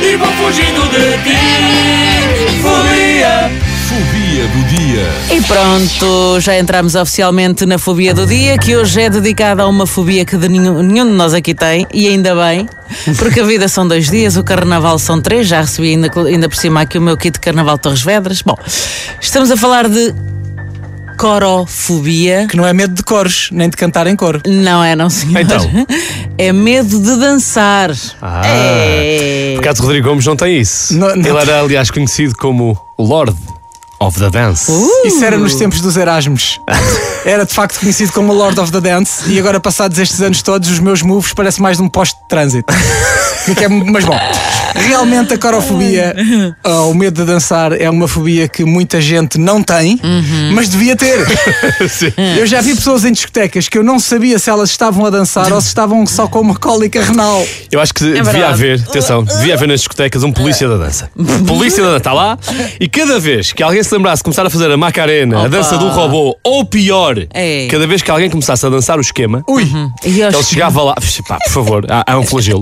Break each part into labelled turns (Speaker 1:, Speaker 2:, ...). Speaker 1: fugindo de ti. Folia.
Speaker 2: Fobia do dia.
Speaker 3: E pronto, já entramos oficialmente na fobia do dia, que hoje é dedicada a uma fobia que de nenhum, nenhum de nós aqui tem, e ainda bem, porque a vida são dois dias, o carnaval são três, já recebi ainda, ainda por cima aqui o meu kit de carnaval de Torres Vedras. Bom, estamos a falar de corofobia.
Speaker 4: Que não é medo de cores, nem de cantar em cor.
Speaker 3: Não é, não, senhor.
Speaker 5: Então?
Speaker 3: É medo de dançar.
Speaker 5: Ah.
Speaker 3: É.
Speaker 5: Por acaso Rodrigo Gomes não tem isso.
Speaker 4: Não- não.
Speaker 5: Ele era, aliás, conhecido como o Lord of the Dance.
Speaker 4: Isso era nos tempos dos Erasmus. Era de facto conhecido como Lord of the Dance e agora, passados estes anos todos, os meus moves parecem mais de um poste de trânsito. O que é- Mas bom, realmente a corofobia, ah, o medo de dançar, é uma fobia que muita gente não tem, mas devia ter. Oh.
Speaker 5: Sim.
Speaker 4: Eu já vi pessoas em discotecas que eu não sabia se elas estavam a dançar ou se estavam só com uma cólica renal.
Speaker 5: Eu
Speaker 4: É
Speaker 5: acho que
Speaker 3: verdade.
Speaker 5: devia haver, atenção, devia haver nas discotecas um polícia da dança. Polícia da dança, está lá. E cada vez que alguém se lembrasse de começar a fazer a Macarena,
Speaker 3: Opa.
Speaker 5: a dança do robô, ou pior,
Speaker 4: É.
Speaker 3: Ei.
Speaker 5: cada vez que alguém começasse a dançar o esquema,
Speaker 3: E eu
Speaker 5: ele chegava lá, pá, por favor, há, há um flagelo.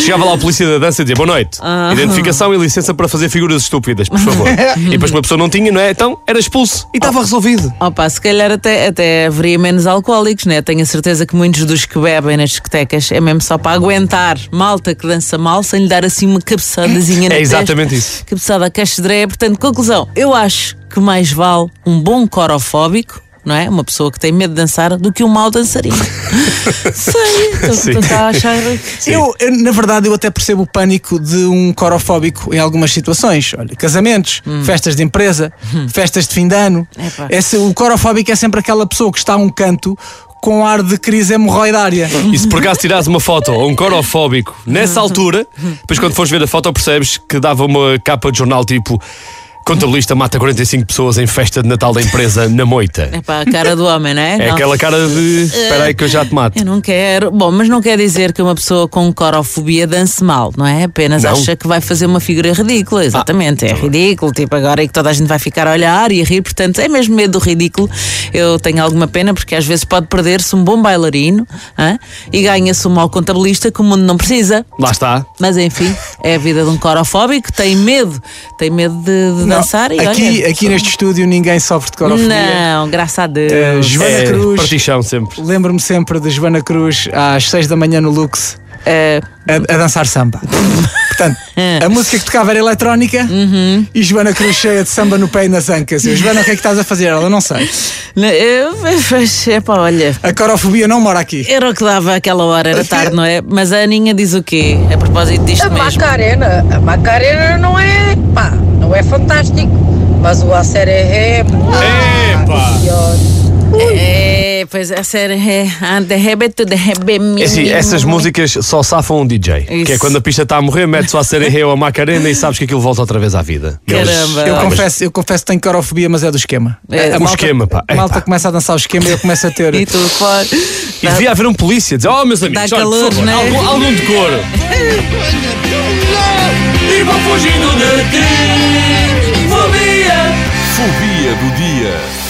Speaker 5: Chegava lá o polícia da dança e dizia boa noite, identificação e licença para fazer figuras estúpidas, por favor. e depois uma pessoa não tinha, não é? Então era expulso e estava resolvido.
Speaker 3: Opa, se calhar até, até haveria menos alcoólicos, né? Tenho a certeza que muitos dos que bebem nas discotecas é mesmo só para aguentar malta que dança mal sem lhe dar assim uma cabeçadazinha na
Speaker 5: É exatamente
Speaker 3: testa.
Speaker 5: isso.
Speaker 3: Cabeçada a cachedraia. Portanto, conclusão, eu acho que mais vale um bom corofóbico, não é? Uma pessoa que tem medo de dançar do que um mau dançarino. Sei,
Speaker 5: Sim.
Speaker 3: estou a achar.
Speaker 4: Eu, eu, na verdade, eu até percebo o pânico de um corofóbico em algumas situações. Olha, casamentos,
Speaker 3: Hum.
Speaker 4: festas de empresa, festas de fim de ano.
Speaker 3: Epá.
Speaker 4: Esse- o corofóbico é sempre aquela pessoa que está a um canto com ar de crise hemorroidária.
Speaker 3: Hum.
Speaker 5: E se por acaso tirares uma foto ou um corofóbico nessa altura, depois quando fores ver a foto percebes que dava uma capa de jornal tipo contabilista mata 45 pessoas em festa de Natal da empresa na moita.
Speaker 3: É para a cara do homem, não é?
Speaker 5: É
Speaker 3: Não. É
Speaker 5: aquela cara de espera aí que eu já te mato.
Speaker 3: Eu não quero. Bom, mas não quer dizer que uma pessoa com corofobia dance mal, não é? Apenas
Speaker 5: Não.
Speaker 3: acha que vai fazer uma figura
Speaker 4: Ah,
Speaker 3: ridícula. Exatamente, é ridículo. Tipo, agora é que toda a gente vai ficar a olhar e a rir. Portanto, é mesmo medo do ridículo. Eu tenho alguma pena porque às vezes pode perder-se um bom bailarino hã? e ganha-se um mau contabilista que o mundo não precisa.
Speaker 5: Lá está.
Speaker 3: Mas enfim, é a vida de um corofóbico, tem medo, tem medo de, de
Speaker 4: Não,
Speaker 3: dançar e
Speaker 4: aqui,
Speaker 3: olha.
Speaker 4: aqui neste estúdio ninguém sofre de corofobia.
Speaker 3: Não, graças a Deus.
Speaker 4: Eh, Joana
Speaker 5: É,
Speaker 4: Cruz.
Speaker 5: partichão sempre.
Speaker 4: Lembro-me sempre de Joana Cruz às 6 da manhã no Lux
Speaker 3: Eh,
Speaker 4: a, a dançar samba. Portanto, a música que tocava era eletrónica e Joana Cruz cheia de samba no pé e nas ancas. Eu, Joana, o que é que estás a fazer? Ela não sei.
Speaker 3: eu, é pá, olha.
Speaker 4: A corofobia não mora aqui.
Speaker 3: Era o que dava aquela hora, era tarde, não é? Mas a Aninha diz o quê? A propósito disto
Speaker 6: A
Speaker 3: mesmo.
Speaker 6: Macarena, a Macarena não é, pá, não é fantástico, mas o Acer é muito
Speaker 5: Epá!
Speaker 6: pior.
Speaker 3: É, pois é, sério, é. And the habit to the habit
Speaker 5: É assim, essas músicas só safam um DJ. Que
Speaker 3: um Isso.
Speaker 5: é quando a pista está a morrer, mete-se a serem ou a Macarena e sabes que aquilo volta outra vez à vida. Eles-
Speaker 3: Caramba.
Speaker 4: Eu
Speaker 3: Ah,
Speaker 4: confesso, eu confesso que tenho corofobia, mas é do esquema.
Speaker 3: É,
Speaker 4: a
Speaker 3: o
Speaker 5: esquema, pá.
Speaker 4: A malta
Speaker 5: Epá.
Speaker 4: começa a dançar o esquema e eu começo a ter.
Speaker 3: E tu, claro.
Speaker 5: E devia haver um polícia a dizer: Oh, meus amigos,
Speaker 3: Dá
Speaker 5: olha,
Speaker 3: calor,
Speaker 5: por favor,
Speaker 3: né?
Speaker 5: algum, algum decoro.
Speaker 1: E vou fugindo de ti. Fobia.
Speaker 2: Fobia do dia.